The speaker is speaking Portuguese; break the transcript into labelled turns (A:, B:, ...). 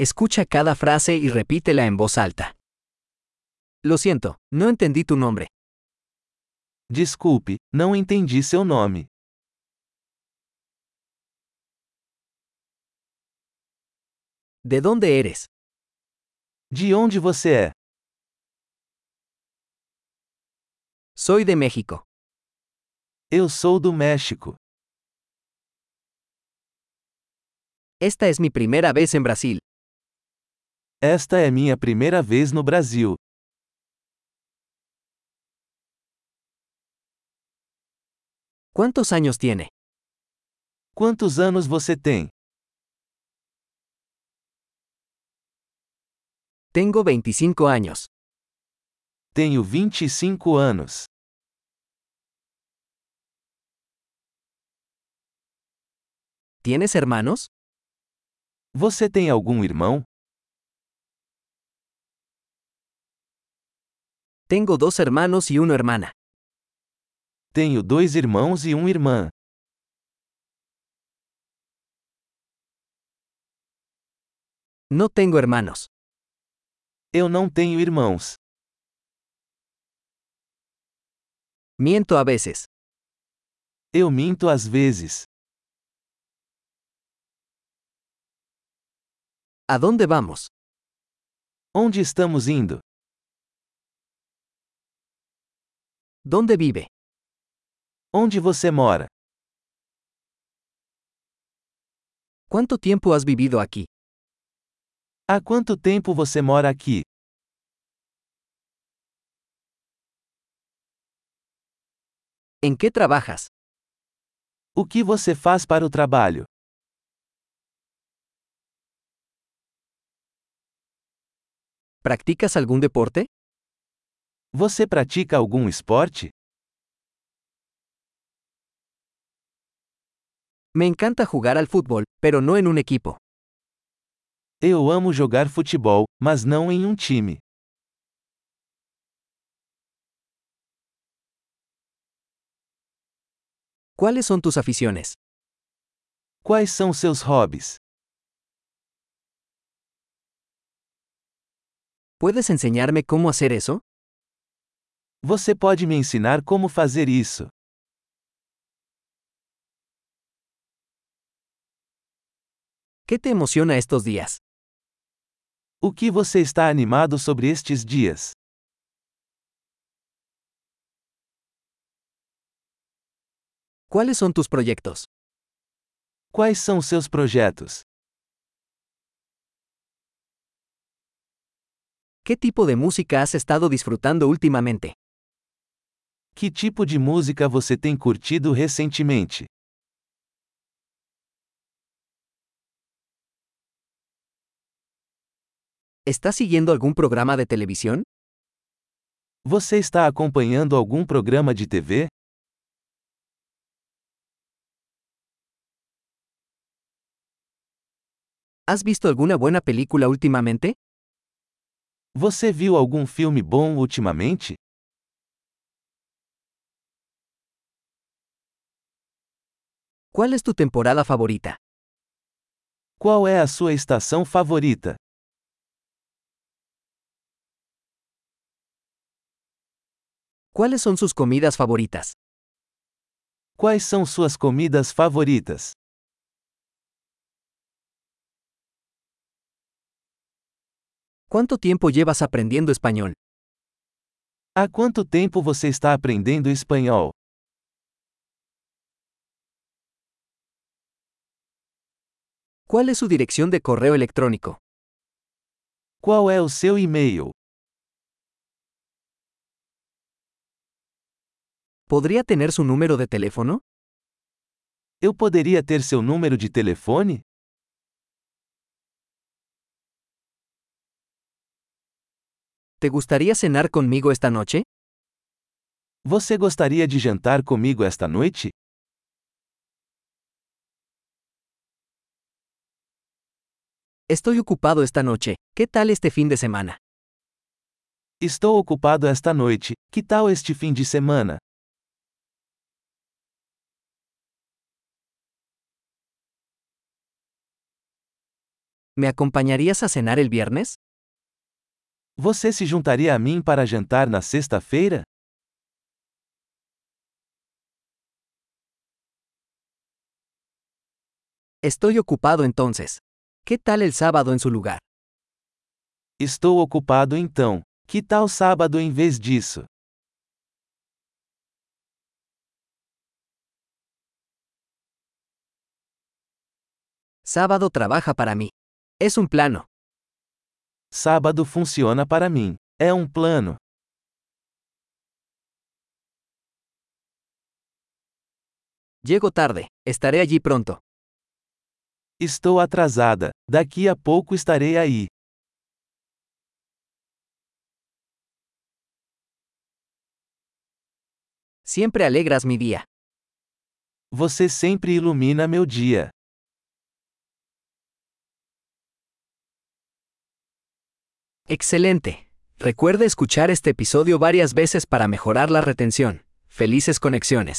A: Escucha cada frase y repítela en voz alta. Lo siento, no entendí tu nombre.
B: Desculpe, não entendi seu nome.
A: ¿De dónde eres?
B: De onde você é?
A: Soy de México.
B: Eu sou do México.
A: Esta es mi primera vez en Brasil.
B: Esta é minha primeira vez no Brasil.
A: ¿Cuántos años tiene?
B: Quantos anos você tem?
A: Tengo 25 años.
B: Tenho 25 anos.
A: ¿Tienes hermanos?
B: Você tem algum irmão?
A: Tengo dos hermanos y una hermana.
B: Tenho dois irmãos e uma irmã.
A: No tengo hermanos.
B: Eu não tenho irmãos.
A: Miento a veces.
B: Eu minto às vezes.
A: ¿A dónde vamos?
B: Onde estamos indo?
A: ¿Dónde vive?
B: Onde você mora?
A: ¿Cuánto tiempo has vivido aquí?
B: Há quanto tempo você mora aqui?
A: ¿En qué trabajas?
B: O que você faz para o trabalho?
A: ¿Practicas algún deporte?
B: Você pratica algum esporte?
A: Me encanta jugar al fútbol, pero no en un equipo.
B: Eu amo jogar futebol, mas não em um time.
A: ¿Cuáles son tus aficiones?
B: Quais são seus hobbies?
A: ¿Puedes enseñarme cómo hacer eso?
B: Você pode me ensinar como fazer isso?
A: ¿Qué te emociona estos días?
B: O que você está animado sobre estes dias?
A: ¿Cuáles son tus proyectos?
B: Quais são seus projetos?
A: ¿Qué tipo de música has estado disfrutando últimamente?
B: Que tipo de música você tem curtido recentemente?
A: ¿Estás siguiendo algún programa de televisión?
B: Você está acompanhando algum programa de TV?
A: ¿Has visto alguna buena película últimamente?
B: Você viu algum filme bom ultimamente?
A: ¿Cuál es tu temporada favorita?
B: Qual é a sua estação favorita?
A: ¿Cuáles son sus comidas favoritas?
B: Quais são suas comidas favoritas?
A: ¿Cuánto tiempo llevas aprendiendo español?
B: Há quanto tempo você está aprendendo espanhol?
A: ¿Cuál es su dirección de correo electrónico?
B: Qual é o seu e-mail?
A: ¿Podría tener su número de teléfono?
B: Eu poderia ter seu número de telefone?
A: ¿Te gustaría cenar conmigo esta noche?
B: Você gostaria de jantar comigo esta noite?
A: Estoy ocupado esta noche. ¿Qué tal este fin de semana?
B: Estou ocupado esta noite. Que tal este fim de semana?
A: ¿Me acompañarías a cenar el viernes?
B: Você se juntaria a mim para jantar na sexta-feira?
A: Estoy ocupado entonces. ¿Qué tal el sábado en su lugar?
B: Estou ocupado então. Que tal sábado em vez disso?
A: Sábado trabaja para mí. Es un plano.
B: Sábado funciona para mim. É um plano.
A: Llego tarde. Estaré allí pronto.
B: Estou atrasada. Daqui a pouco estarei aí.
A: Siempre alegras mi día.
B: Você sempre ilumina meu dia.
A: Excelente. Recuerda escuchar este episodio varias veces para mejorar la retención. Felices conexiones.